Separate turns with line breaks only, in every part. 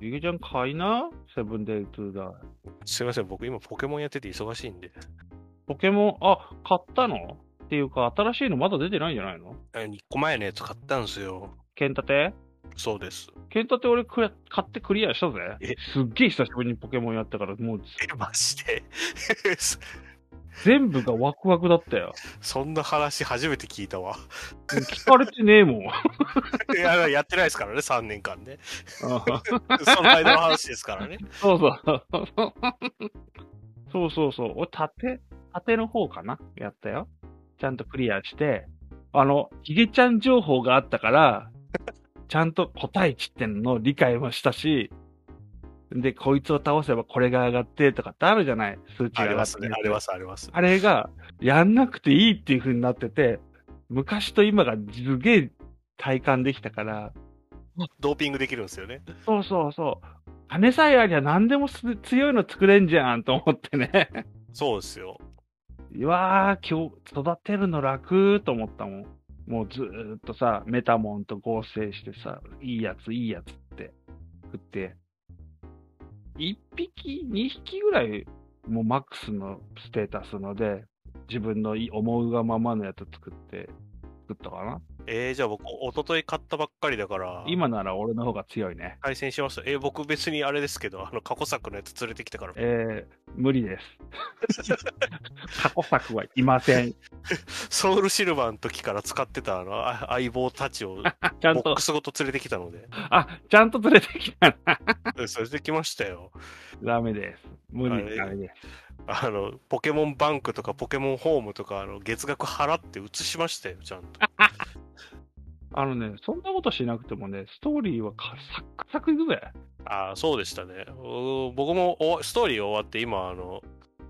リゲちゃん買いなセブンデイトゥーダイ。
すいません、僕今ポケモンやってて忙しいんで。
ポケモン、あ、買ったのっていうか、新しいのまだ出てないんじゃないの
1個前のやつ買ったんですよ。
剣立て
そうです。
剣立て俺クリア買ってクリアしたぜ
え。
すっげえ久しぶりにポケモンやったから、もう
え、マジでそ
全部がワクワクだったよ。
そんな話初めて聞いたわ。
聞かれてねえもん。
いや、やってないですからね、3年間ね。
あ
その間の話ですか らね。
そうそう。そうそうそう。俺、縦、縦の方かなやったよ。ちゃんとクリアして、あの、ヒゲちゃん情報があったから、ちゃんと答え値ってんの理解もしたし、で、こいつを倒せばこれが上がってとかってあるじゃない数値
あ
が上
り
が
ま
って
すね、あります、あります。
あれが、やんなくていいっていう風になってて、昔と今がすげえ体感できたから、
ドーピングできるんですよね。
そうそうそう。金さえありゃ何でもす強いの作れんじゃんと思ってね。
そうですよ。
うわー、今日育てるの楽と思ったもん。もうずーっとさ、メタモンと合成してさ、いいやつ、いいやつって食って、1匹、2匹ぐらい、もうマックスのステータスので、自分のい思うがままのやつ作って、作ったかな。
えー、じゃあ僕、一昨日買ったばっかりだから、
今なら俺の方が強いね。
対戦しました。えー、僕別にあれですけど、あの、過去作のやつ連れてきたから、
えー、無理です。 過去作はいませ ん。
ソウルシルバーの時から使ってたあのあ相棒たちを
ちゃん
ボッ
と
ク、スごと連れてきたので、
あ、ちゃんと連れてきたな。
うんそれできましたよ。
ダメです。無
あ
理、
れ
ダメです。
あの、ポケモンバンクとかポケモンホームとか、あの、月額払って移しましたよ、ちゃんと。
あのね、そんなことしなくてもね、ストーリーはかサックサクいくぜ。
ああ、そうでしたね。お僕もおストーリー終わって、今、あの、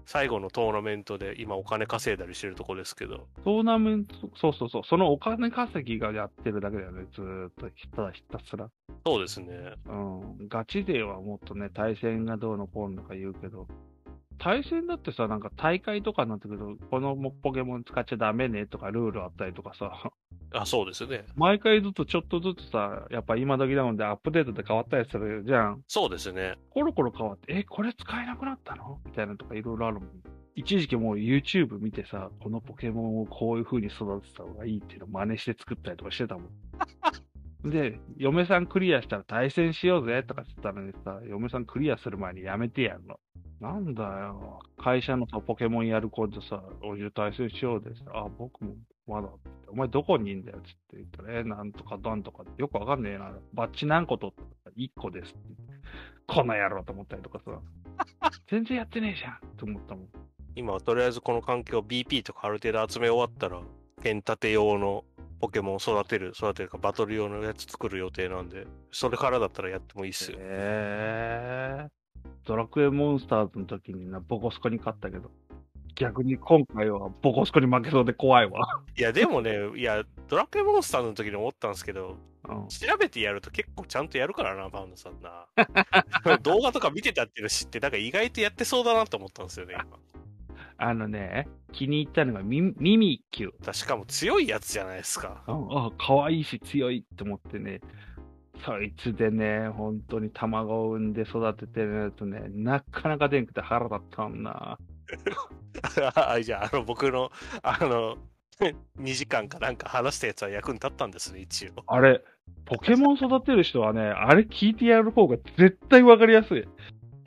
最後のトーナメントで今お金稼いだりしてるとこですけど、
トーナメント、そうそうそう、そのお金稼ぎがやってるだけだよね、ずーっとひたひたすら。
そうですね。
うん。ガチ勢はもっとね、対戦がどうのこうのとか言うけど、対戦だってさ、なんか大会とかになってくると、このポケモン使っちゃダメねとかルールあったりとかさ、
あ、そうですね。
毎回ずつちょっとずつさ、やっぱ今時なのでアップデートで変わったりするじゃん。
そうですね。
コロコロ変わって、え、これ使えなくなったのみたいなのとかいろいろあるもん。一時期もう YouTube 見てさ、このポケモンをこういう風に育てた方がいいっていうのを真似して作ったりとかしてたもん。で、嫁さんクリアしたら対戦しようぜとか言ってたのにさ、嫁さんクリアする前にやめてやんの。なんだよ。会社のさ、ポケモンやる子とさ、おじゅ対戦しようぜってあ、僕もまだって。お前どこにいんだよっつって言ったら、え、なんとかなんとかってよくわかんねえな。バッチ何個取った1個ですって。この野郎と思ったりとか さ、全然やってねえじゃんと思ったもん。
今はとりあえずこの環境 BP とかある程度集め終わったら剣立て用のポケモンを育てる育てるかバトル用のやつ作る予定なんでそれからだったらやってもいいっすよ
へえドラクエモンスターズの時にな、ボコスコに勝ったけど、逆に今回はボコスコに負けそうで怖いわ。
いやでもねいやドラクエモンスターの時に思ったんですけど
うん、
調べてやると結構ちゃんとやるからなバウンドさんな動画とか見てたっていうの知ってなんか意外とやってそうだなと思ったんですよね今
あのね、気に入ったのがミミミキュ。
だしかも強いやつじゃないですか
うん、あ、可愛いし強いって思ってね、そいつでね、本当に卵を産んで育ててるやつね、なかなか出んくて腹立ったんな。
あじゃあ、あの、僕の、あの、2時間かなんか話したやつは役に立ったんですね、一応。
あれ、ポケモン育てる人はね、あれ聞いてやる方が絶対わかりやすい。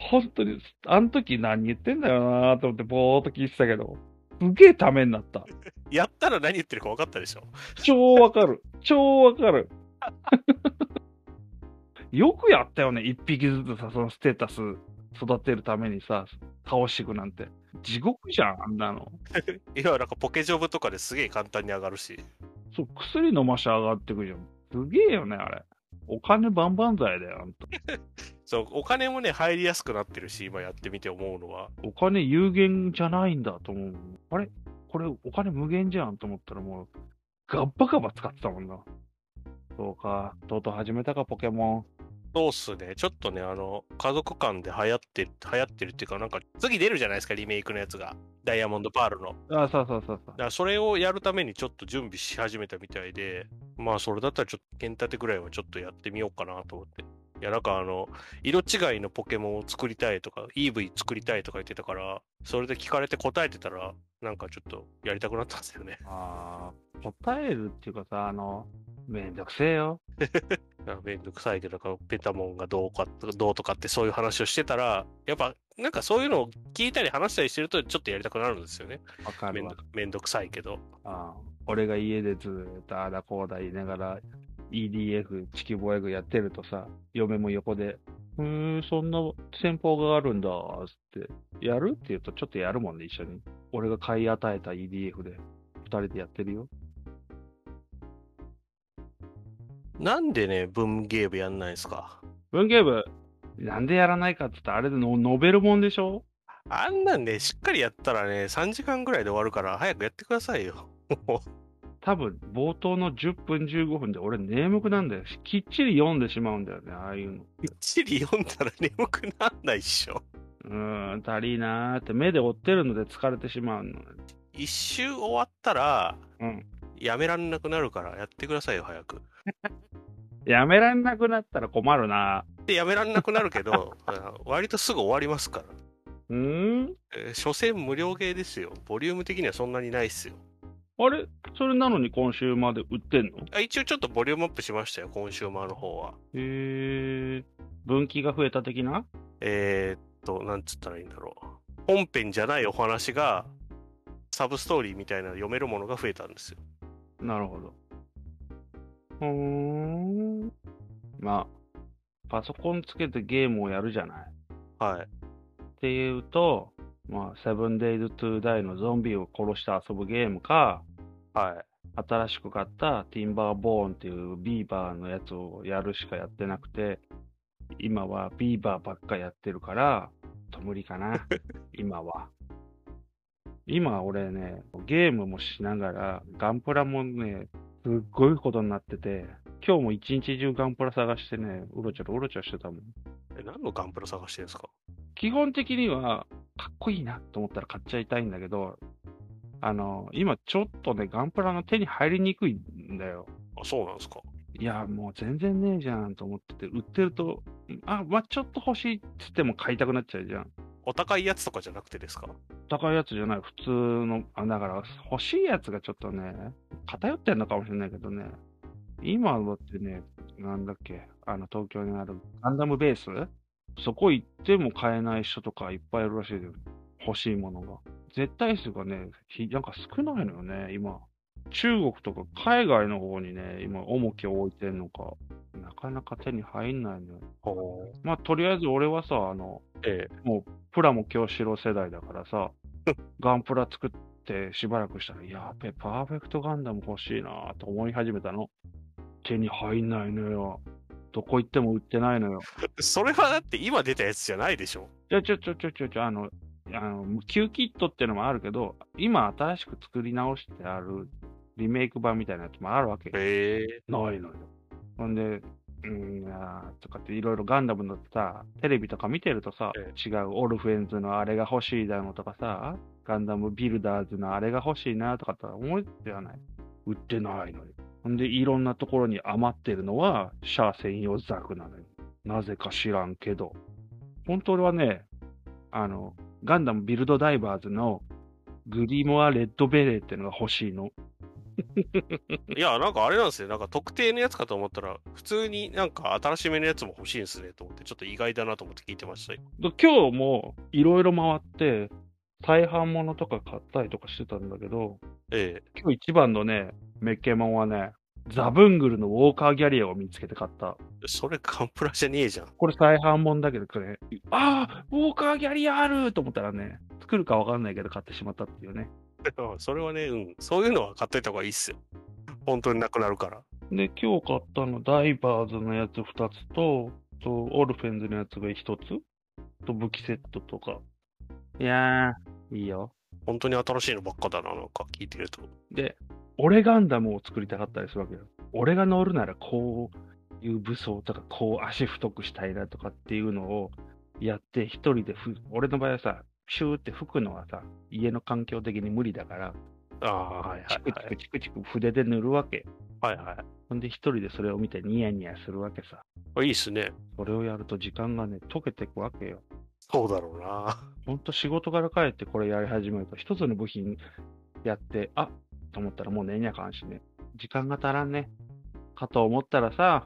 本当に、あの時何言ってんだよなと思ってぼーっと聞いてたけど、すげえためになった。
やったら何言ってるか分かったでしょ
超わかる。 超わかる。 よくやったよね、一匹ずつさ、そのステータス育てるためにさ、倒していくなんて。地獄じゃん、あんなの。
今なんかポケジョブとかですげえ簡単に上がるし。
そう、薬飲まして上がってくじゃん。すげえよね、あれ。お金万々歳だよ、あんた
そう、お金もね、入りやすくなってるし、今やってみて思うのは。
お金有限じゃないんだと思う。あれこれお金無限じゃんと思ったらもう、ガッバガバ使ってたもんな。そうか。とうとう始めたか、ポケモ
そうっすね。ちょっとね、あの、家族間で流行ってる、流行ってるっていうか、なんか、次出るじゃないですか、リメイクのやつが。ダイヤモンドパールの。
ン。あ、そうそうそうそう
だ。からそれをやるためにちょっと準備し始めたみたいで、まあ、それだったらちょっと、剣立てぐらいはちょっとやってみようかなと思って。いや、なんかあの、色違いのポケモンを作りたいとか、EV 作りたいとか言ってたから、それで聞かれて答えてたら、なんかちょっとやりたくなったんですよね。
ああ、答えるっていうかさ、あの、めんどくせえよ。
なんかめんどくさいけど、なんかペタモンがどうか、どうとかってそういう話をしてたら、やっぱ、なんかそういうのを聞いたり話したりしてると、ちょっとやりたくなるんですよね。
わか
め
る
んど
わ。
めんどくさいけど。
あー俺が家でずーっとあーだこうだ言いながら EDF、地球防衛軍やってるとさ、嫁も横で、うーん、そんな戦法があるんだ、つって。やるって言うとちょっとやるもんね、一緒に。俺が買い与えた EDF で、二人でやってるよ。
なんでね、文芸部やんないんすか
文芸部、なんでやらないかって言ったら、あれでのノベルもんでしょ
あんなんね、しっかりやったらね、3時間ぐらいで終わるから、早くやってくださいよ。
多分冒頭の10分15分で俺眠くなんだよしきっちり読んでしまうんだよねああいうの
びっちり読んだら眠くなんないっしょ。
うーん足りなーって目で追ってるので疲れてしまうの
一周終わったら、
うん
やめらんなくなるから、やってくださいよ、早く。
やめられなくなったら困るな
で、やめらんなくなるけど、 あ割とすぐ終わりますから。
うーん
えー、所詮無料ゲーですよ。ボリューム的にはそんなにないっすよ。
あれそれなのに今週まで売ってんの
あ一応ちょっとボリュームアップしましたよ、コンシューマーの方は。
へえ分岐が増えた的な
えー、っと、なんつったらいいんだろう。本編じゃないお話が、サブストーリーみたいな読めるものが増えたんですよ。
なるほどうーんまあパソコンつけてゲームをやるじゃない
はい。
っていうと、まあ、セブンデイズ・トゥ・ダイのゾンビを殺して遊ぶゲームか、
はい。
新しく買ったティンバーボーンっていうビーバーのやつをやるしかやってなくて、今はビーバーばっかやってるから、と無理かな、今は。今俺ね、ゲームもしながら、ガンプラもね、すっごいことになってて、今日も一日中ガンプラ探してね、うろちょろうろちょろしてたもん。
え、何のガンプラ探してるんですか
基本的にはかっこいいなと思ったら買っちゃいたいんだけど、あの、今ちょっとね、ガンプラが手に入りにくいんだよ。
あ、そうなんですか。
いや、もう全然ねえじゃんと思ってて、売ってると、あ、まあ、ちょっと欲しいっつっても買いたくなっちゃうじゃん。
お高いやつとかじゃなくてですか
高いやつじゃない、普通の、あだから欲しいやつがちょっとね、偏ってんのかもしれないけどね、今だってね、なんだっけ、あの東京にあるガンダムベースそこ行っても買えない人とかいっぱいいるらしいよ。欲しいものが。絶対数がね、ひなんか少ないのよね、今。中国とか海外の方にね、今、重きを置いてんのか、なかなか手に入んないのよ。
ほう。
まあ、とりあえず俺はさ、あの、
ええ。
プラも京志郎世代だからさ、ガンプラ作ってしばらくしたら、やべ、パーフェクトガンダム欲しいなと思い始めたの。手に入んないのよ。どこ行っても売ってないのよ。
それはだって今出たやつじゃないでしょ。
いや、ちょちょちょちょちょ、あの、あの、旧キットってのもあるけど、今新しく作り直してあるリメイク版みたいなやつもあるわけよ。
ええ。
ないのよ。ほんで、うん、あーとかっていろいろガンダムのさ、テレビとか見てるとさ、
え
違う、オルフェンズのあれが欲しいだのとかさ、ガンダムビルダーズのあれが欲しいなとかって思うじゃない。売ってないのよ。ほんで、いろんなところに余ってるのは、シャア専用ザクなのよ。なぜか知らんけど。本当俺はね、あの、ガンダムビルドダイバーズのグリモア・レッドベレーってのが欲しいの。
いや、なんかあれなんですよ。なんか特定のやつかと思ったら、普通になんか新しめのやつも欲しいんですねと思って、ちょっと意外だなと思って聞いてましたよ。
で今日もいろいろ回って、再販物とか買ったりとかしてたんだけど、
え
今日一番のね、メッケモンはね、ザブングルのウォーカーギャリアを見つけて買った。
え。それガンプラじゃねえじゃん。
これ再販物だけど、これ、ああ、ウォーカーギャリアあると思ったらね、作るかわかんないけど買ってしまったっていうね。
うんそれはね、うん。そういうのは買っといた方がいいっすよ。本当になくなるから。
で、今日買ったの、ダイバーズのやつ2つと、とオルフェンズのやつが1つと武器セットとか。いやー、いいよ。
本当に新しいのばっかだな、なんか聞いてると。
で、俺ガンダムを作りたかったりするわけよ。俺が乗るならこういう武装とか、こう足太くしたいなとかっていうのをやって、一人でふ、俺の場合はさ、シューって吹くのはさ、家の環境的に無理だから、
ああ、はいは
チク
い
チ
はい。
クチクチク筆で塗るわけ。
はいは
ほんで一人でそれを見てニヤニヤするわけさ。
い。いいっすね。
それをやると時間がね、溶けてくわけよ。
そうだろうな。
ほんと仕事から帰ってこれやり始めると、一つの部品やって、あと思ったらもう寝にゃかんしね。時間が足らんね。かと思ったらさ、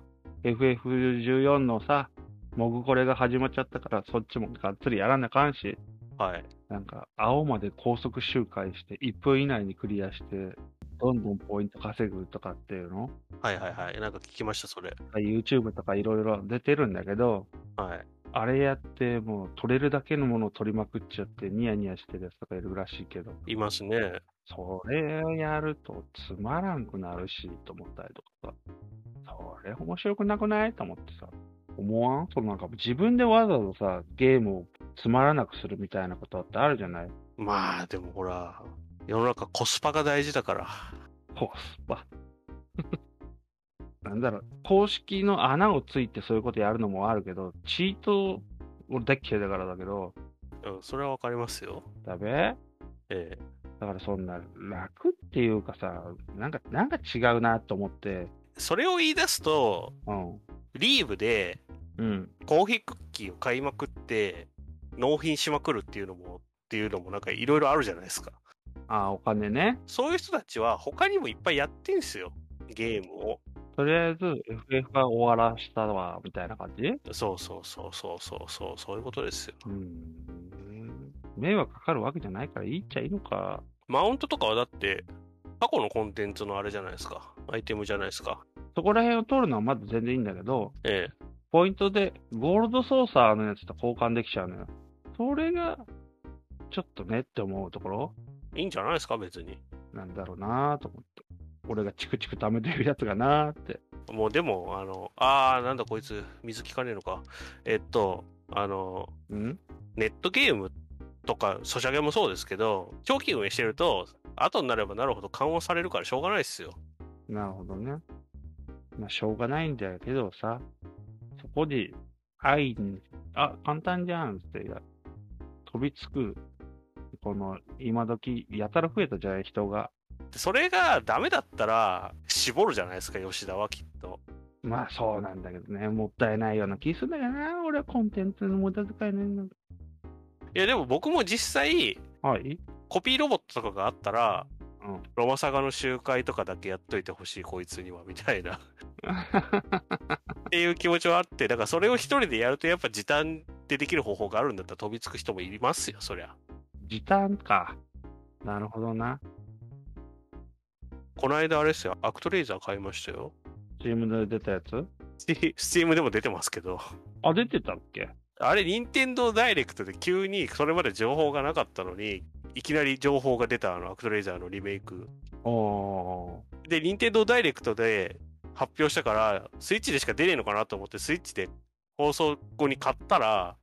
FF14 のさ、モグコレが始まっちゃったから、そっちもがっつりやらなかんし、
はい。
なんか、青まで高速周回して、1分以内にクリアして、どんどんポイント稼ぐとかっていうの
はいはいはい。なんか聞きました、それ。
?YouTube とかいろいろ出てるんだけど、
はい。
あれやって、もう取れるだけのものを取りまくっちゃって、ニヤニヤしてるやつとかいるらしいけど、
いますね。
それをやるとつまらんくなるし、と思ったりとかさ、それ面白くなくないと思ってさ、思わんそのなんか自分でわざわざさ、ゲームをつまらなくするみたいなことってあるじゃない
まあ、でもほら、世の中コスパが大事だから。
コスパ。 なんだろう、公式の穴をついてそういうことやるのもあるけど、チート、俺大っ嫌いだからだけど、
うん、それはわかりますよ。
だべ
ええ。
だからそんな楽っていうかさ、なんか、なんか違うなと思って、
それを言い出すと、
うん。
リーブで
うん。
コーヒークッキーを買いまくって、納品しまくるっていうのも、っていうのもなんかいろいろあるじゃないですか。
ああ、お金ね。
そういう人たちは他にもいっぱいやってんすよ。ゲームを。
とりあえず FF が終わらしたわ、みたいな感じ
そうそうそうそうそうそう、そういうことですよ。
うん。迷惑かかるわけじゃないからいいっちゃいいのか。
マウントとかはだって、過去のコンテンツのあれじゃないですか。アイテムじゃないですか。
そこら辺を取るのはまだ全然いいんだけど、
ええ。
ポイントでゴールドソーサーのやつと交換できちゃうのよ。それが、ちょっとねって思うところ
いいんじゃないですか、別に。
なんだろうなと思って。俺がチクチク貯めてるやつがなーって。
もうでも、あの、あー、なんだこいつ、水聞かねえのか。えっと、あの、
うん
ネットゲームとか、ソシャゲもそうですけど、長期運営してると、後になればなるほど緩和されるからしょうがないですよ。
なるほどね。まあ、しょうがないんだけどさ、そこで愛に、あ、簡単じゃんってや飛びつく、この、今時、やたら増えたじゃない人が。
でそれがダメだったら、絞るじゃないですか、吉田はきっと。
まあそうなんだけどね、もったいないような気するんだけどな、俺はコンテンツの無駄遣いねんの。
いや、でも僕も実際、
はい
コピーロボットとかがあったら、
うん
ロマサガの集会とかだけやっといてほしい、こいつには、みたいな。 っていう気持ちはあって、だからそれを一人でやると、やっぱ時短でできる方法があるんだったら飛びつく人もいますよ、そりゃ。
時短か。なるほどな。
この間あれですよ、アクトレイザー買いましたよ。
チームで出たやつ
ステスチームでも出てますけど、
あ、出てたっけ
あれ、任天堂ダイレクトで急に、それまで情報がなかったのに、いきなり情報が出たあの、アクトレイザーのリメイク。
お
で、任天堂ダイレクトで発表したから、スイッチでしか出ねえのかなと思って、スイッチで放送後に買ったら、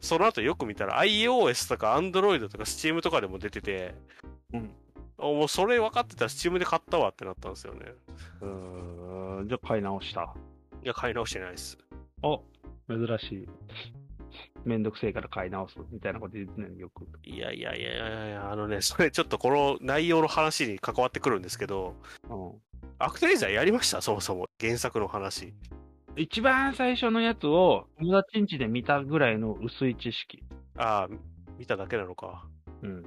その後よく見たら iOS とか Android とか Steam とかでも出てて、
うん
あもうそれ分かってたら Steam で買ったわってなったんですよね。
ーうーんじゃあ買い直した。
いや、買い直してないです。
お珍しい。めんどくせえから買い直すみたいなこと言ってね、よく。
いやいやいやいやいや、あのね、それちょっとこの内容の話に関わってくるんですけど、
う
アクトレイザーやりましたそもそも。原作の話。
ん、一番最初のやつを友達ん家で見たぐらいの薄い知識。
ああ、見ただけなのか。
うん。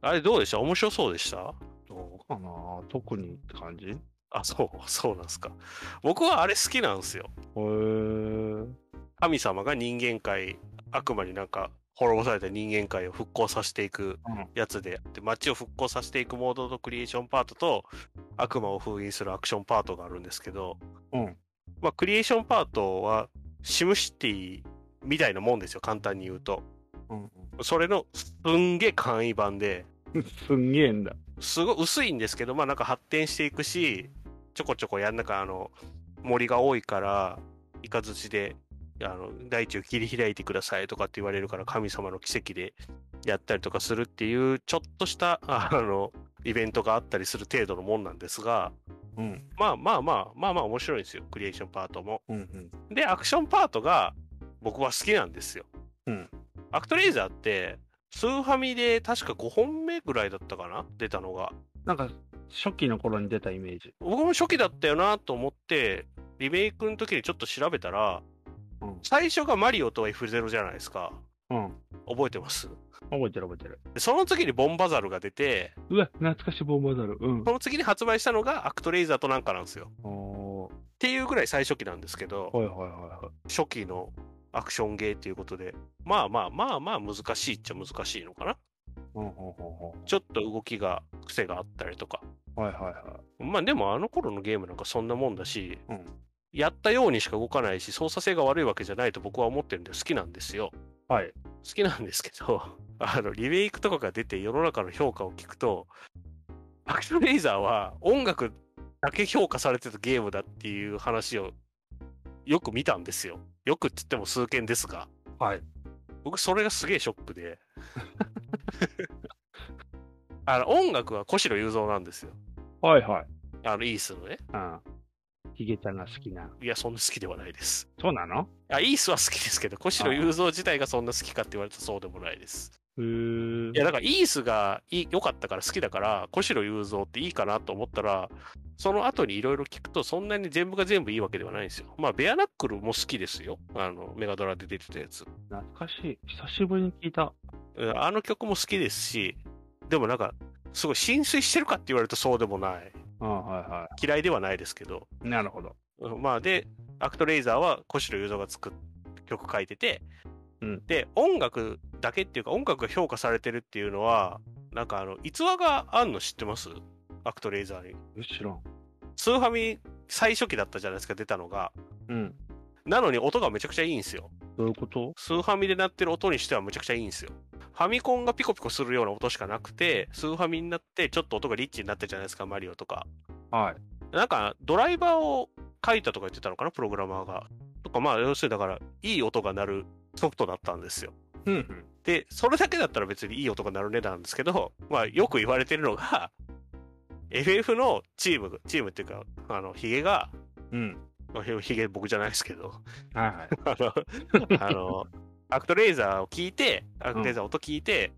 あれどうでした面白そうでした
どうかな特にって感じへえ。
あ、そう、そうなんすか。僕はあれ好きなんですよ。神様が人間界、悪魔になんか滅ぼされた人間界を復興させていく
うん
やつで、で街を復興させていくモードとクリエーションパートと、悪魔を封印するアクションパートがあるんですけど、
うん。
まあ、クリエーションパートはシムシティみたいなもんですよ、簡単に言うと。
うん、
それのすんげえ簡易版で、
すんげえんだ。
すごい薄いんですけど、まあなんか発展していくし、ちょこちょこやんなかあの、森が多いから、イカ槌で、あの、大地を切り開いてくださいとかって言われるから、神様の奇跡でやったりとかするっていう、ちょっとした、あの、イベントがあったりする程度のもんなんですが、
うん。
まあまあまあ、まあまあ面白いんですよ、クリエーションパートも。
うんうん。
で、アクションパートが僕は好きなんですよ。
うん
アクトレイザーって、スーファミで確か5本目ぐらいだったかな出たのが。
なんか、初期の頃に出たイメージ。
僕も初期だったよなと思って、リメイクの時にちょっと調べたら、
うん
最初がマリオと F0 じゃないですか。
うん。
覚えてます
覚えてる覚えてる。
でその次にボンバザルが出て、
うわ、懐かしいボンバーザル。うん
そ。の次に発売したのがアクトレイザーとなんかなんですよ。
お
っていうぐらい最初期なんですけど
ー、はいはいはいはい。
初期のアクションゲーということで、まあまあまあまあ難しいっちゃ難しいのかな。
うんうんうんうん
ちょっと動きが癖があったりとか。
はいはいは
まあでもあの頃のゲームなんかそんなもんだし、
うん
やったようにしか動かないし操作性が悪いわけじゃないと僕は思ってるんで好きなんですよ。
い。はい。
好きなんですけど、 あのリメイクとかが出て世の中の評価を聞くと、アクションレイザーは音楽だけ評価されてたゲームだっていう話をよく見たんですよ。よくって言っても数件ですが。
はい。
僕それがすげえショッ クであの音楽は小城雄三なんですよ
はいはい。
あのイースのね
うん。ヒゲちゃんが好きな。
いやそんな好きではないです
そうなの
あイースは好きですけど小城雄三自体がそんな好きかって言われたらそうでもないです
うーん
いやだからイースがいい良かったから好きだから小城雄三っていいかなと思ったらその後にいろいろ聞くとそんなに全部が全部いいわけではないんですよまあベアナックルも好きですよあのメガドラで出てたやつ
懐かしい。久しぶりに聞いた。
うんあの曲も好きですし、でもなんか、すごい浸水してるかって言われるとそうでもない。
うん、はいは
嫌いではないですけど。
い。なるほど。
うんまあで、アクトレイザーは小城雄三が作っ曲書いてて、
うん
で、音楽だけっていうか音楽が評価されてるっていうのは、なんかあの、逸話があんの知ってますアクトレイザーに。
え知らん。
スーファミ最初期だったじゃないですか、出たのが。
うん。
なのに音がめちゃくちゃいいんですよ。
どういうこと
スーファミで鳴ってる音にしてはむちゃくちゃいいんですよ。ファミコンがピコピコするような音しかなくて、スーファミになってちょっと音がリッチになってるじゃないですか、マリオとか。
はい。
なんか、ドライバーを書いたとか言ってたのかな、プログラマーが。とか、まあ、要するにだから、いい音が鳴るソフトだったんですよ。
うんうん。
で、それだけだったら別にいい音が鳴るねなんですけど、まあ、よく言われてるのが、FF のチーム、チームっていうか、あの、ヒゲが、
うん。
まあヒゲ僕じゃないですけど、
はいはい。
あの、あの、アクトレイザーを聞いて、アクトレイザーの音聞いて、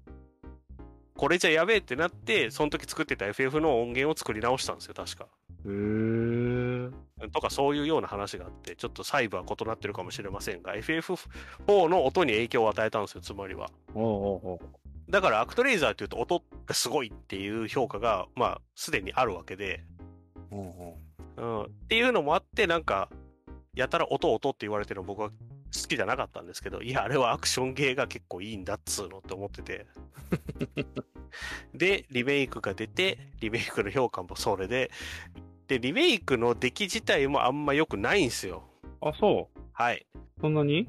これじゃやべえってなって、その時作ってた FF の音源を作り直したんですよ、確か。
へー。
とかそういうような話があって、ちょっと細部は異なってるかもしれませんが、FF4 の音に影響を与えたんですよ、つまりは。
おうおうおう
だからアクトレイザーっていうと音がすごいっていう評価が、まあ、すでにあるわけで、
おうおう
うん、っていうのもあって、なんか、やたら音音って言われてるの僕は好きじゃなかったんですけど、いや、あれはアクションゲーが結構いいんだっつうのって思ってて。で、リメイクが出て、リメイクの評価もそれで、で、リメイクの出来自体もあんま良くないんですよ。
あ、そう。
はい。
そんなに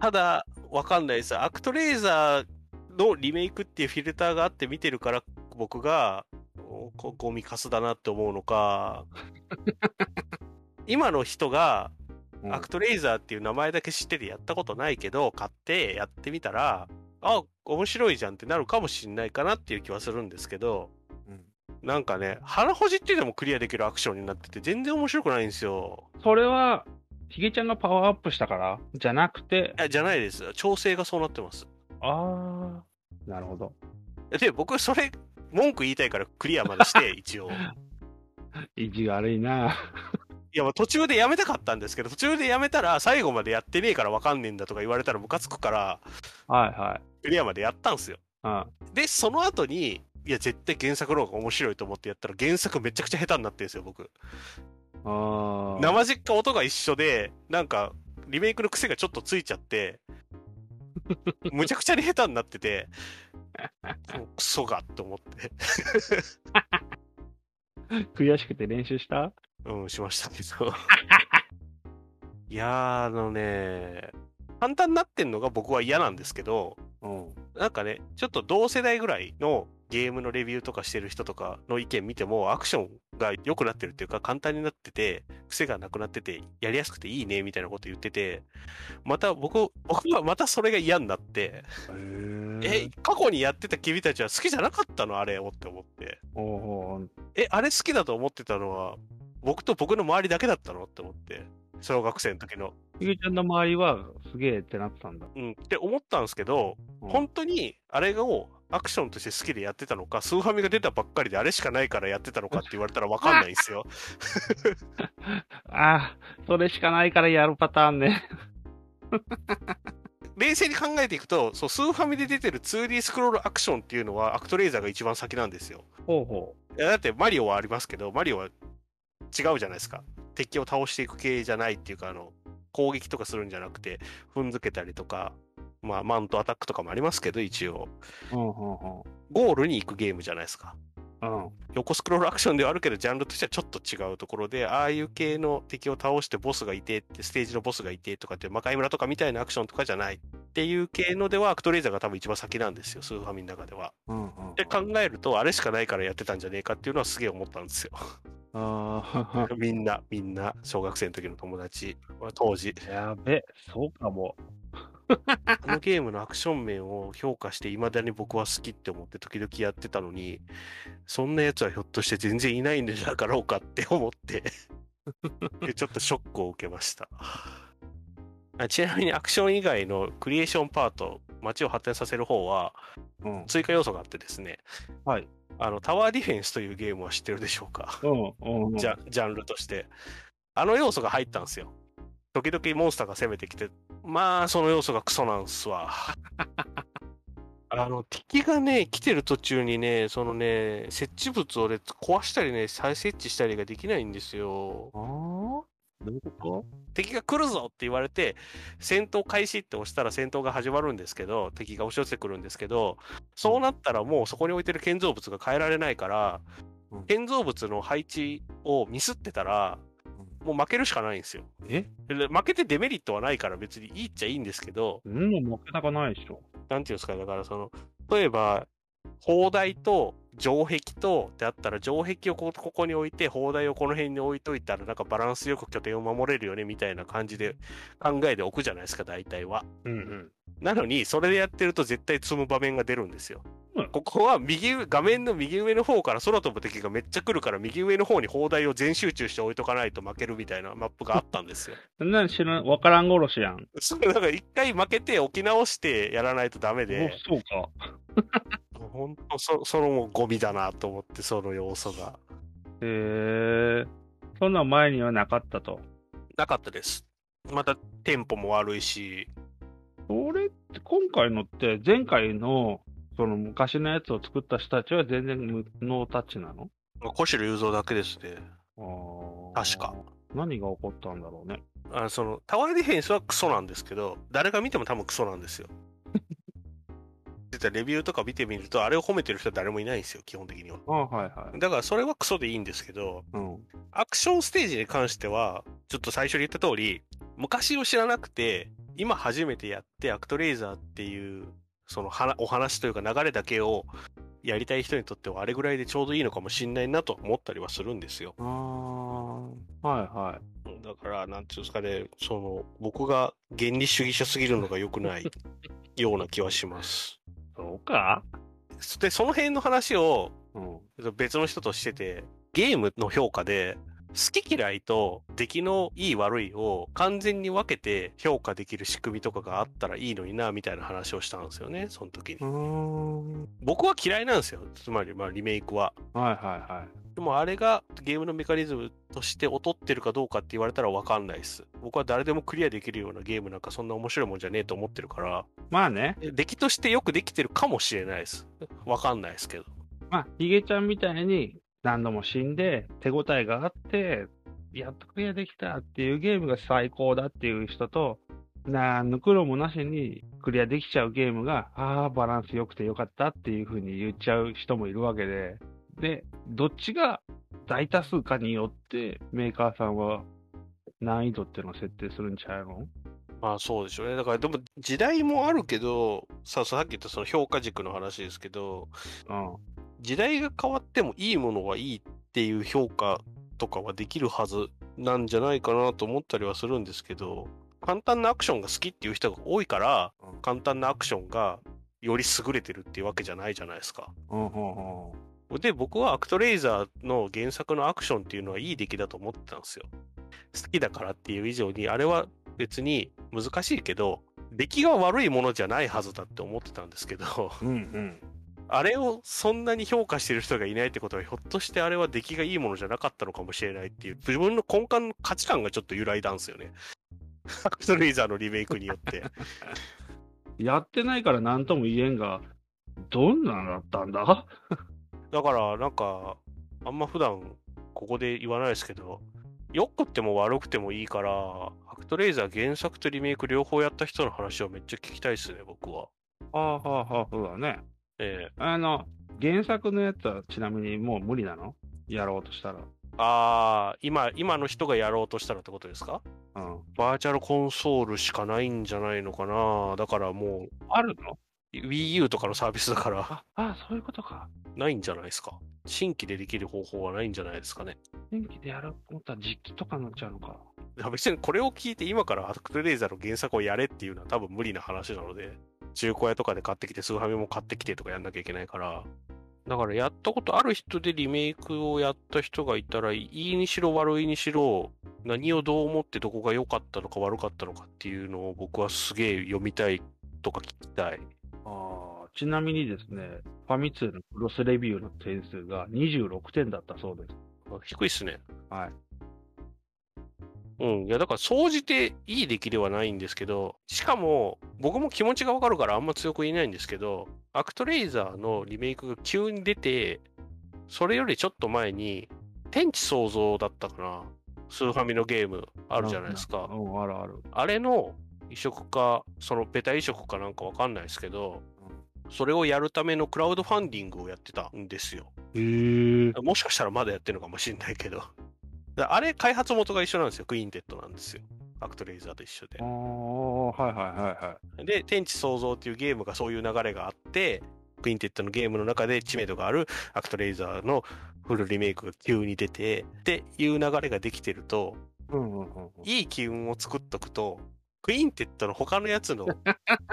ただ、わかんないです。アクトレイザーのリメイクっていうフィルターがあって見てるから、僕が、おこゴミカスだなって思う のか、今の人が、
うん
アクトレイザーっていう名前だけ知っててやったことないけど、買ってやってみたら、あ、面白いじゃんってなるかもしんないかなっていう気はするんですけど、
うん
なんかね、腹ほじってでもクリアできるアクションになってて、全然面白くないんですよ。
それは、ヒゲちゃんがパワーアップしたからじゃなくて、
いやじゃないです。調整がそうなってます。
あー、なるほど。
で、僕、それ、文句言いたいからクリアまで して、一応。い
意地悪いな
や、まあ途中でやめたかったんですけど、途中でやめたら、最後までやってねえからわかんねえんだとか言われたらムカつくから、
はいはい。
クリアまでやったんすよ。
あ
で、その後に、いや、絶対原作の方が面白いと思ってやったら、原作めちゃくちゃ下手になってるんですよ、僕。
あー。
生実家音が一緒で、なんか、リメイクの癖がちょっとついちゃって、 むちゃくちゃに下手になってて、もうクソがって思って、
悔しくて練習した
うん、しましたけど。 いやー、あのね、簡単になってんのが僕は嫌なんですけど、
うん。
なんかね、ちょっと同世代ぐらいのゲームのレビューとかしてる人とかの意見見ても、アクションが良くなってるっていうか、簡単になってて、癖がなくなってて、やりやすくていいね、みたいなこと言ってて、また僕、僕はまたそれが嫌になって、え、過去にやってた君たちは好きじゃなかったのあれをって思って。
おお
え、あれ好きだと思ってたのは、僕と僕の周りだけだったのって思って。小学生の時の。
ゆうちゃんの周りはすげえってなってたんだ。
うん、って思ったんですけど、
うん
本当にあれをアクションとして好きでやってたのか、スーファミが出たばっかりであれしかないからやってたのかって言われたらわかんないん ですよ。
ああ、それしかないからやるパターンね。
冷静に考えていくと、そうスーファミで出てる 2D スクロールアクションっていうのは、アクトレイザーが一番先なんですよ。
ほうほ
いやだってマリオはありますけど、マリオは違うじゃないですか。敵を倒していく系じゃないっていうか、あの、攻撃とかするんじゃなくて、踏んづけたりとか、まあ、マウントアタックとかもありますけど、一応。
う。うんうん
ゴールに行くゲームじゃないですか。
うん。うん。
横スクロールアクションではあるけど、ジャンルとしてはちょっと違うところで、ああいう系の敵を倒してボスがいてって、ステージのボスがいてとかって、魔界村とかみたいなアクションとかじゃないっていう系のでは、アクトレイザーが多分一番先なんですよ、スーファミの中では。
うんうん。
で考えると、あれしかないからやってたんじゃねえかっていうのはすげえ思ったんですよ。
ああ、
みんな、みんな、小学生の時の友達、当時。
やべ、そうかも。
あのゲームのアクション面を評価して、未だに僕は好きって思って時々やってたのに、そんなやつはひょっとして全然いないんじゃなかろうかって思って、ちょっとショックを受けました。あちなみにアクション以外のクリエーションパート、街を発展させる方は
うん。
追加要素があってですね、
はい。
あの、タワーディフェンスというゲームは知ってるでしょうか
うんうん。
ジャジャンルとして。あの要素が入ったんですよ。時々モンスターが攻めてきて、まあ、その要素がクソなんすわ。 あの、敵がね、来てる途中にね、そのね、設置物をね、壊したりね、再設置したりができないんですよ。
ああどういうこ
敵が来るぞって言われて、戦闘開始って押したら戦闘が始まるんですけど、敵が押し寄せてくるんですけど、そうなったらもうそこに置いてる建造物が変えられないから
うん、
建造物の配置をミスってたら、もう負けるしかないんですよ。
とえ
で負けてデメリットはないから別にいいっちゃいいんですけど、
うん、なかなかないでしょ。
なんていうんですか、だからその、例えば、砲台と城壁とであったら、城壁をここここに置いて、砲台をこの辺に置いといたら、なんかバランスよく拠点を守れるよねみたいな感じで考えておくじゃないですか、大体は。
うんうん。
なのに、それでやってると絶対積む場面が出るんですよ
うん。
ここは右上、画面の右上の方から空飛ぶ敵がめっちゃ来るから、右上の方に砲台を全集中して置いとかないと負けるみたいなマップがあったん ですよ。
そんなの知らん、わからん殺しやん。
それなんか一回負けて置き直してやらないとダメ
お
で、
そうか。
本当そそのゴミだなと思って、その要素が。
へえ。そんなん前にはなかったと。
なかったです。またテンポも悪いし、
それって今回のって前回のその昔のやつを作った人たちは全然無ノータッチなの
小城雄三だけですね。
あー
確か。
何が起こったんだろうね。
あのそのタワーディフェンスはクソなんですけど、誰が見ても多分クソなんです よ。出たレビューとか見てみると、あれを褒めてる人は誰もいないんですよ、基本的には。
あーはいはい。
だからそれはクソでいいんですけど、
うん。
アクションステージに関しては、ちょっと最初に言った通り、昔を知らなくて、今初めてやって、アクトレイザーっていう、その話お話というか流れだけをやりたい人にとっては、あれぐらいでちょうどいいのかもしんないなと思ったりはするんですよ。
ああ、はいはい。
だから、なんていうんですかね、その、僕が原理主義者すぎるのが良くないような気はします。
そうか
で、その辺の話を
うん。
別の人としてて、ゲームの評価で、好き嫌いと出来のいい悪いを完全に分けて評価できる仕組みとかがあったらいいのにな、みたいな話をしたんですよね、その時に。
ん。
僕は嫌いなんですよ、つまり、まあ、リメイクは。
はいはいはい。
でもあれがゲームのメカニズムとして劣ってるかどうかって言われたら分かんないです。僕は誰でもクリアできるようなゲームなんかそんな面白いもんじゃねえと思ってるから、
まあね、
出来としてよくできてるかもしれないです。分かんないですけど。
まあ、ヒゲちゃんみたいに何度も死んで、手応えがあって、やっとクリアできたっていうゲームが最高だっていう人と、なんの苦労もなしにクリアできちゃうゲームが、ああ、バランス良くて良かったっていうふうに言っちゃう人もいるわけで、で、どっちが大多数かによって、メーカーさんは難易度っていうのを設定するんちゃうの
まあそうでしょうね。だからでも時代もあるけど、ささっき言ったその評価軸の話ですけど、
うん。
時代が変わってもいいものはいいっていう評価とかはできるはずなんじゃないかなと思ったりはするんですけど簡単なアクションが好きっていう人が多いから
うん
簡単なアクションがより優れてるっていうわけじゃないじゃないですか。
うんうんうん。
で僕はアクトレイザーの原作のアクションっていうのはいい出来だと思ってたんですよ。好きだからっていう以上にあれは別に難しいけど、出来が悪いものじゃないはずだって思ってたんですけど、
うんうん。
あれをそんなに評価してる人がいないってことは、ひょっとしてあれは出来がいいものじゃなかったのかもしれないっていう、自分の根幹の価値観がちょっと揺らいだんですよね。 ファクトリーザーのリメイクによって。
やってないから何とも言えんが、どんなんだったんだ
だから、なんか、あんま普段ここで言わないですけど、良くても悪くてもいいから、ハクトレイザー原作とリメイク両方やった人の話をめっちゃ聞きたいですね、僕は。
ああ、はあ、はあ、そうだね。
ええ
あの、原作のやつはちなみにもう無理なのやろうとしたら。
ああ、今、今の人がやろうとしたらってことですか
うん。
バーチャルコンソールしかないんじゃないのかなだからも
あるの
う、Wii U とかのサービスだから、
ああ、そういうことか。
ないんじゃないですか。新規でできる方法はないんじゃないですかね。
電気でやろうと思ったら実機とかになっちゃうのか。
だから別にこれを聞いて今からハクトレイザーの原作をやれっていうのは多分無理な話なので、中古屋とかで買ってきて、スーファミも買ってきてとかやんなきゃいけないから、だからやったことある人でリメイクをやった人がいたら、いいにしろ悪いにしろ、何をどう思ってどこが良かったのか悪かったのかっていうのを僕はすげえ読みたいとか聞きたい。
ああ、ちなみにですね、ファミ通のクロスレビューの点数が26点だったそうです。
あ低いっすね。
はい。
うん。いや、だから、総じていい出来ではないんですけど、しかも、僕も気持ちがわかるからあんま強く言えないんですけど、アクトレイザーのリメイクが急に出て、それよりちょっと前に、天地創造だったかな。スーファミのゲームあるじゃないですか
う。ん、あるある。
あれの移植か、そのベタ移植かなんかわかんないですけど、それをやるためのクラウドファンディングをやってたんですよ。
へえ。
もしかしたらまだやってるのかもしれないけど。だあれ、開発元が一緒なんですよ。クイーンテッドなんですよ。アクトレイザーと一緒
ああ、はいはいはいはい。
で。で、天地創造っていうゲームがそういう流れがあって、クイーンテッドのゲームの中で知名度があるアクトレイザーのフルリメイクが急に出て、っていう流れができてると、
うんうんうんうん。
いい機運を作っとくと、クイーンテッドの他のやつ の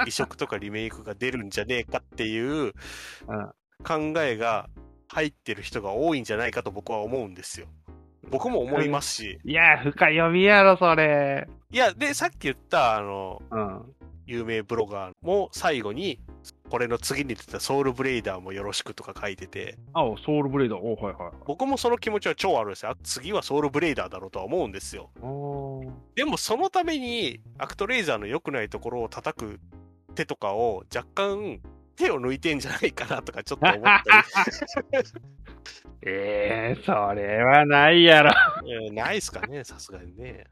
移植とかリメイクが出るんじゃねえかっていう考えが入ってる人が多いんじゃないかと僕は思うんですよ。僕も思いますし。
いや、深読みやろ、それ。
いや、で、さっき言った、あの、
うん。
有名ブロガーも最後に、これの次に出てたソウルブレイダーもよろしくとか書いてて、
あ、ソウルブレイド。おはいはい。
僕もその気持ちは超あるんですよ。あ次はソウルブレイダーだろうとは思うんですよ。
お
でもそのためにアクトレイザーの良くないところを叩く手とかを若干手を抜いてんじゃないかなとかちょっと思った
ええそれはないやろ。
り、えーないっすかねさすがにね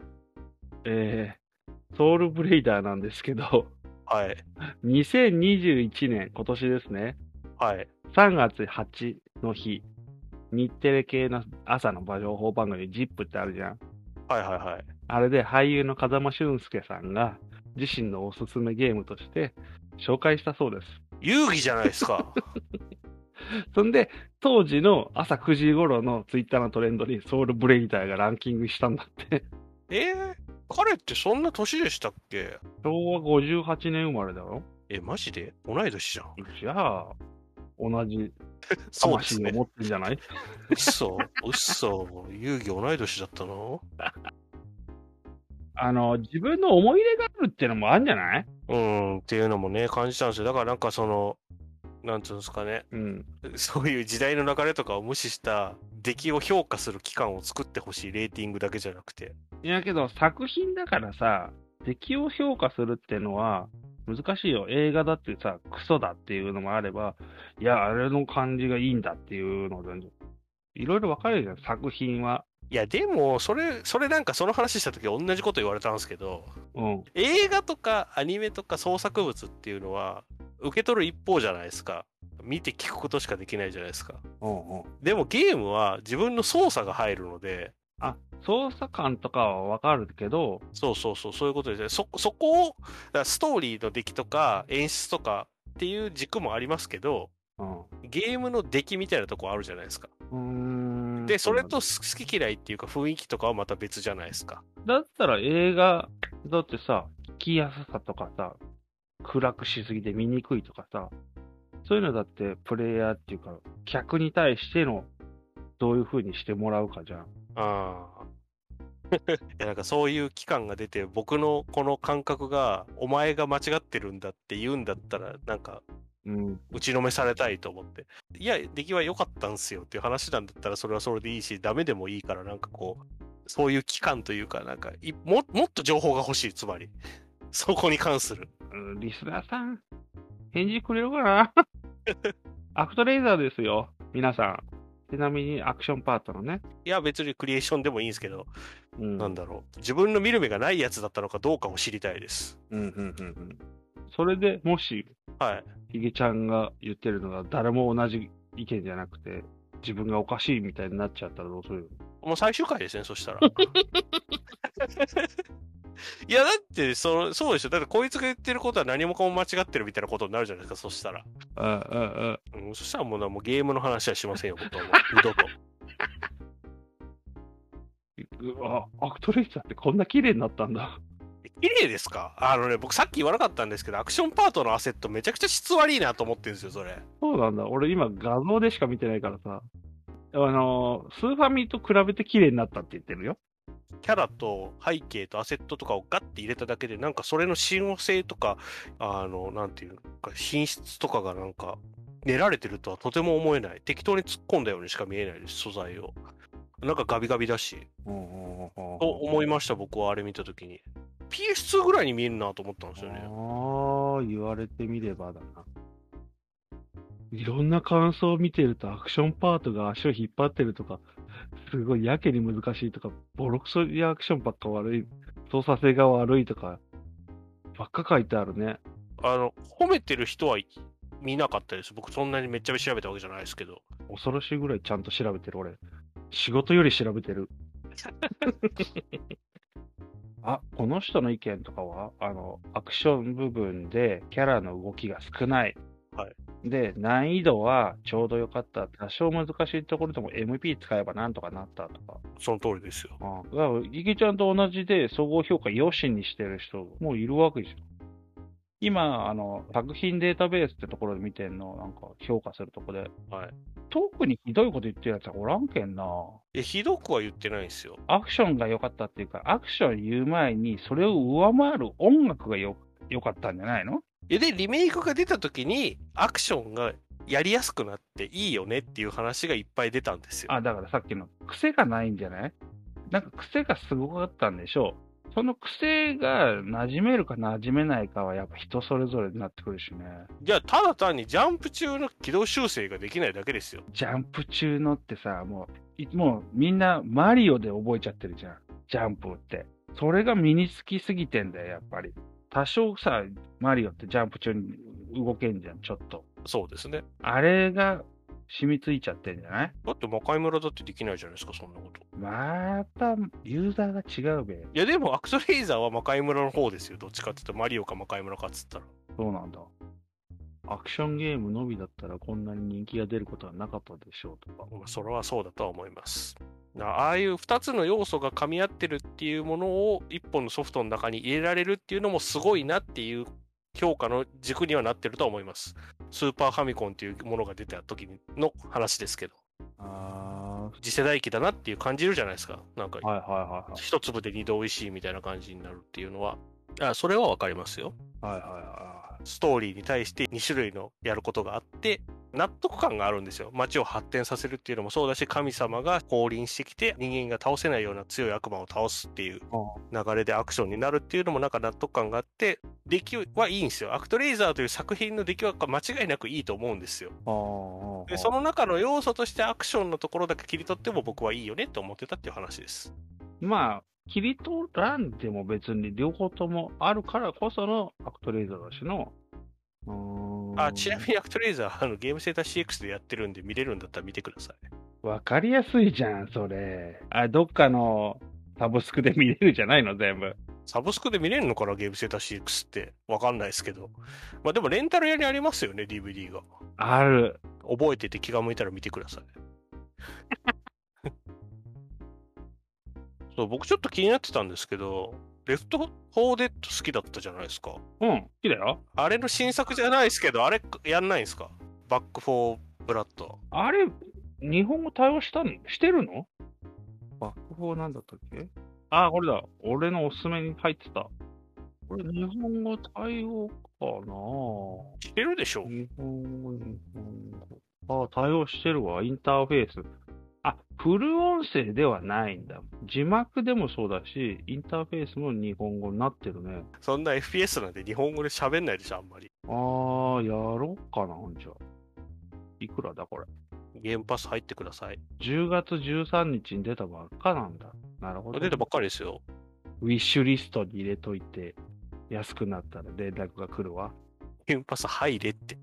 えー、ソウルブレイダーなんですけど、
はい
2021年、今年ですね、
はい
3月8の日、日テレ系の朝の情報番組、ZIP ってあるじゃん。
はいはいはい
あれで俳優の風間俊介さんが、自身のおすすめゲームとして紹介したそうです。
遊戯じゃないですか
そんで、当時の朝9時頃のツイッターのトレンドにソウルブレイダーがランキングしたんだって。
えー、彼ってそんな年でしたっけ
昭和58年生まれだろ
えマジで同い年じゃん
じゃあ、同じ
そうです
魂を
ね
持ってるじゃない、
嘘嘘遊戯同い年だったの
あの、自分の思い入れがあるってのもあるんじゃない
うんっていうのもね感じたんですよだからなんかそのなんつうんですかね
うん。
そういう時代の流れとかを無視した出来を評価する機関を作ってほしいレーティングだけじゃなくて。
いやけど、作品だからさ、出来を評価するってのは、難しいよ。映画だってさ、クソだっていうのもあれば、いや、あれの感じがいいんだっていうので、いろいろ分かれるじゃん、作品は。
いやでもそれそれなんかその話した時同じこと言われたんですけど
うん。
映画とかアニメとか創作物っていうのは受け取る一方じゃないですか見て聞くことしかできないじゃないですか
うんうん。
でもゲームは自分の操作が入るので
あ、操作感とかはわかるけど、
そうそうそう、そういうことですね。そ、そこを、だからストーリーの出来とか演出とかっていう軸もありますけど、
うん。う
ゲームの出来みたいなとこあるじゃないですか。
ーん
で、それと、好き嫌いっていうか雰囲気とかはまた別じゃないですか。
だったら映画だってさ、聞きやすさとかさ、暗くしすぎて見にくいとかさ、そういうのだってプレイヤーっていうか、客に対しての、どういう風にしてもらうかじゃん。
ああ。 いやなんかそういう期間が出て僕のこの感覚がお前が間違ってるんだって言うんだったらなんか
うん。
打ちのめされたいと思っていや出来は良かったんすよっていう話なんだったらそれはそれでいいしダメでもいいからなんかこうそういう期間というかなんかいももっと情報が欲しいつまり そこに関する
うんリスナーさん、返事くれるかな アクトレイザーですよ、皆さん。ちなみにアクションパートのね。
いや別にクリエーションでもいいんですけど
うん
なんだろう自分の見る目がないやつだったのかどうかを知りたいです
うんうんうんうん。それでもし、
はい
ヒゲちゃんが言ってるのが誰も同じ意見じゃなくて、自分がおかしいみたいになっちゃったらどうする
もう最終回ですね、そしたら。 いや、だってそ、そうでしょ。だって、こいつが言ってることは何もかも間違ってるみたいなことになるじゃないですか、そしたら。
うんうんうん。
うん、そしたらもうな、もうゲームの話はしませんよ、ことはもう二度と。
うわアクトレイザーってこんな綺麗になったんだ。
綺麗ですかあのね、僕さっき言わなかったんですけど、アクションパートのアセットめちゃくちゃ質悪いなと思ってるんですよ、それ。
そうなんだ。俺今画像でしか見てないからさ。あのースーファミと比べて綺麗になったって言ってるよ。
キャラと背景とアセットとかをガッて入れただけで、なんかそれの親和性とか、あの、なんていうのか、品質とかがなんか、練られてるとはとても思えない。適当に突っ込んだようにしか見えないです、素材を。なんかガビガビだし、と思いました、僕はあれ見たときに。PS2 ぐらいに見えるなと思ったんですよね。
ああ、言われてみればだな。いろんな感想を見てると、アクションパートが足を引っ張ってるとか、すごいやけに難しいとか、ボロクソにアクションばっか悪い、操作性が悪いとか、ばっか書いてあるね。
あの、褒めてる人はい見なかったです。僕そんなにめっちゃ調べたわけじゃないですけど。
恐ろしいぐらいちゃんと調べてる、俺。仕事より調べて る。あ、この人の意見とかは、あの、アクション部分でキャラの動きが少ない。
はい
で、難易度はちょうど良かった。多少難しいところでも MP 使えばなんとかなったとか。
その通りですよ。
あだから、ギギちゃんと同じで総合評価良しにしてる人もいるわけじゃん。今、あの、作品データベースってところで見てんの、なんか評価するとこで。
はい。
特にひどいこと言ってるやつはおらんけんな。
え、ひどくは言ってないんですよ。
アクションが良かったっていうか、アクション言う前に、それを上回る音楽がよ良かったんじゃないの
えで、リメイクが出た時に、アクションがやりやすくなっていいよねっていう話がいっぱい出たんですよ。
あ、だからさっきの癖がないんじゃないなんか癖がすごかったんでしょう。その癖が馴染めるか馴染めないかはやっぱ人それぞれになってくるしね。
じゃあ、ただ単にジャンプ中の軌道修正ができないだけですよ。
ジャンプ中のってさ、もう、いもうみんなマリオで覚えちゃってるじゃん。ジャンプって。それが身につきすぎてんだよ、やっぱり。多少さ、マリオってジャンプ中に動けんじゃん、ちょっと。
そうですね。
あれが染みついちゃってんじゃない
だって魔界村だってできないじゃないですか、そんなこと。
またユーザーが違うべ。
いや、でもアクトレイザーは魔界村の方ですよ。どっちかって言うと、マリオか魔界村かっつったら。
そうなんだ。アクションゲームのみだったらこんなに人気が出ることはなかったでしょうとか。
まあそれはそうだとは思います。なああいう2つの要素が噛み合ってるっていうものを1本のソフトの中に入れられるっていうのもすごいなっていう評価の軸にはなってるとは思います。スーパーファミコンっていうものが出た時の話ですけど、
あ
次世代機だなっていう感じるじゃないですか。なんか
あ、はいは
一粒で二度美味しいみたいな感じになるっていうのは。あそれはわかりますよ。
いはい。はいはいは
ストーリーに対して2種類のやることがあって納得感があるんですよ街を発展させるっていうのもそうだし神様が降臨してきて人間が倒せないような強い悪魔を倒すっていう流れでアクションになるっていうのもなんか納得感があって出来はいいんですよアクトレイザーという作品の出来は間違いなくいいと思うんですよ
い。ああ。
でその中の要素としてアクションのところだけ切り取っても僕はいいよねって思ってたっていう話です
まあ、切り取らんでも別に両方ともあるからこそのアクトレイザーだしの。うーん
あちなみにアクトレイザーあのゲームセンター CX でやってるんで見れるんだったら見てください
わかりやすいじゃん、それ。あ、どっかのサブスクで見れるじゃないの、全部。
サブスクで見れるのかなゲームセーター CX って。わかんないですけど。まあでもレンタル屋にありますよね、DVD が。
ある。
覚えてて気が向いたら見てください。 そう、僕ちょっと気になってたんですけど、レフトフォーデッド好きだったじゃないですか。
うん、好きだよ。
あれの新作じゃないですけど、あれやんないんですかバックフォーブラッド。
あれ、日本語対応したのしてるのバックフォーなんだったっけあ、これだ。俺のおすすめに入ってた。これ、日本語対応か
知ってるでしょ
な日本語、日本語。あ、対応してるわ。インターフェース。あ、フル音声ではないんだ。字幕でもそうだし、インターフェースも日本語になってるね。
そんな FPS なんて日本語で喋んないでしょ、あんまり。
あー、やろうかな、ほんじゃ。いくらだ、これ。
ゲームパス入ってください。
10月13日に出たばっかなんだ。なるほど。
出たばっかりですよ。
ウィッシュリストに入れといて、安くなったら連絡が来るわ。
ゲームパス入れって。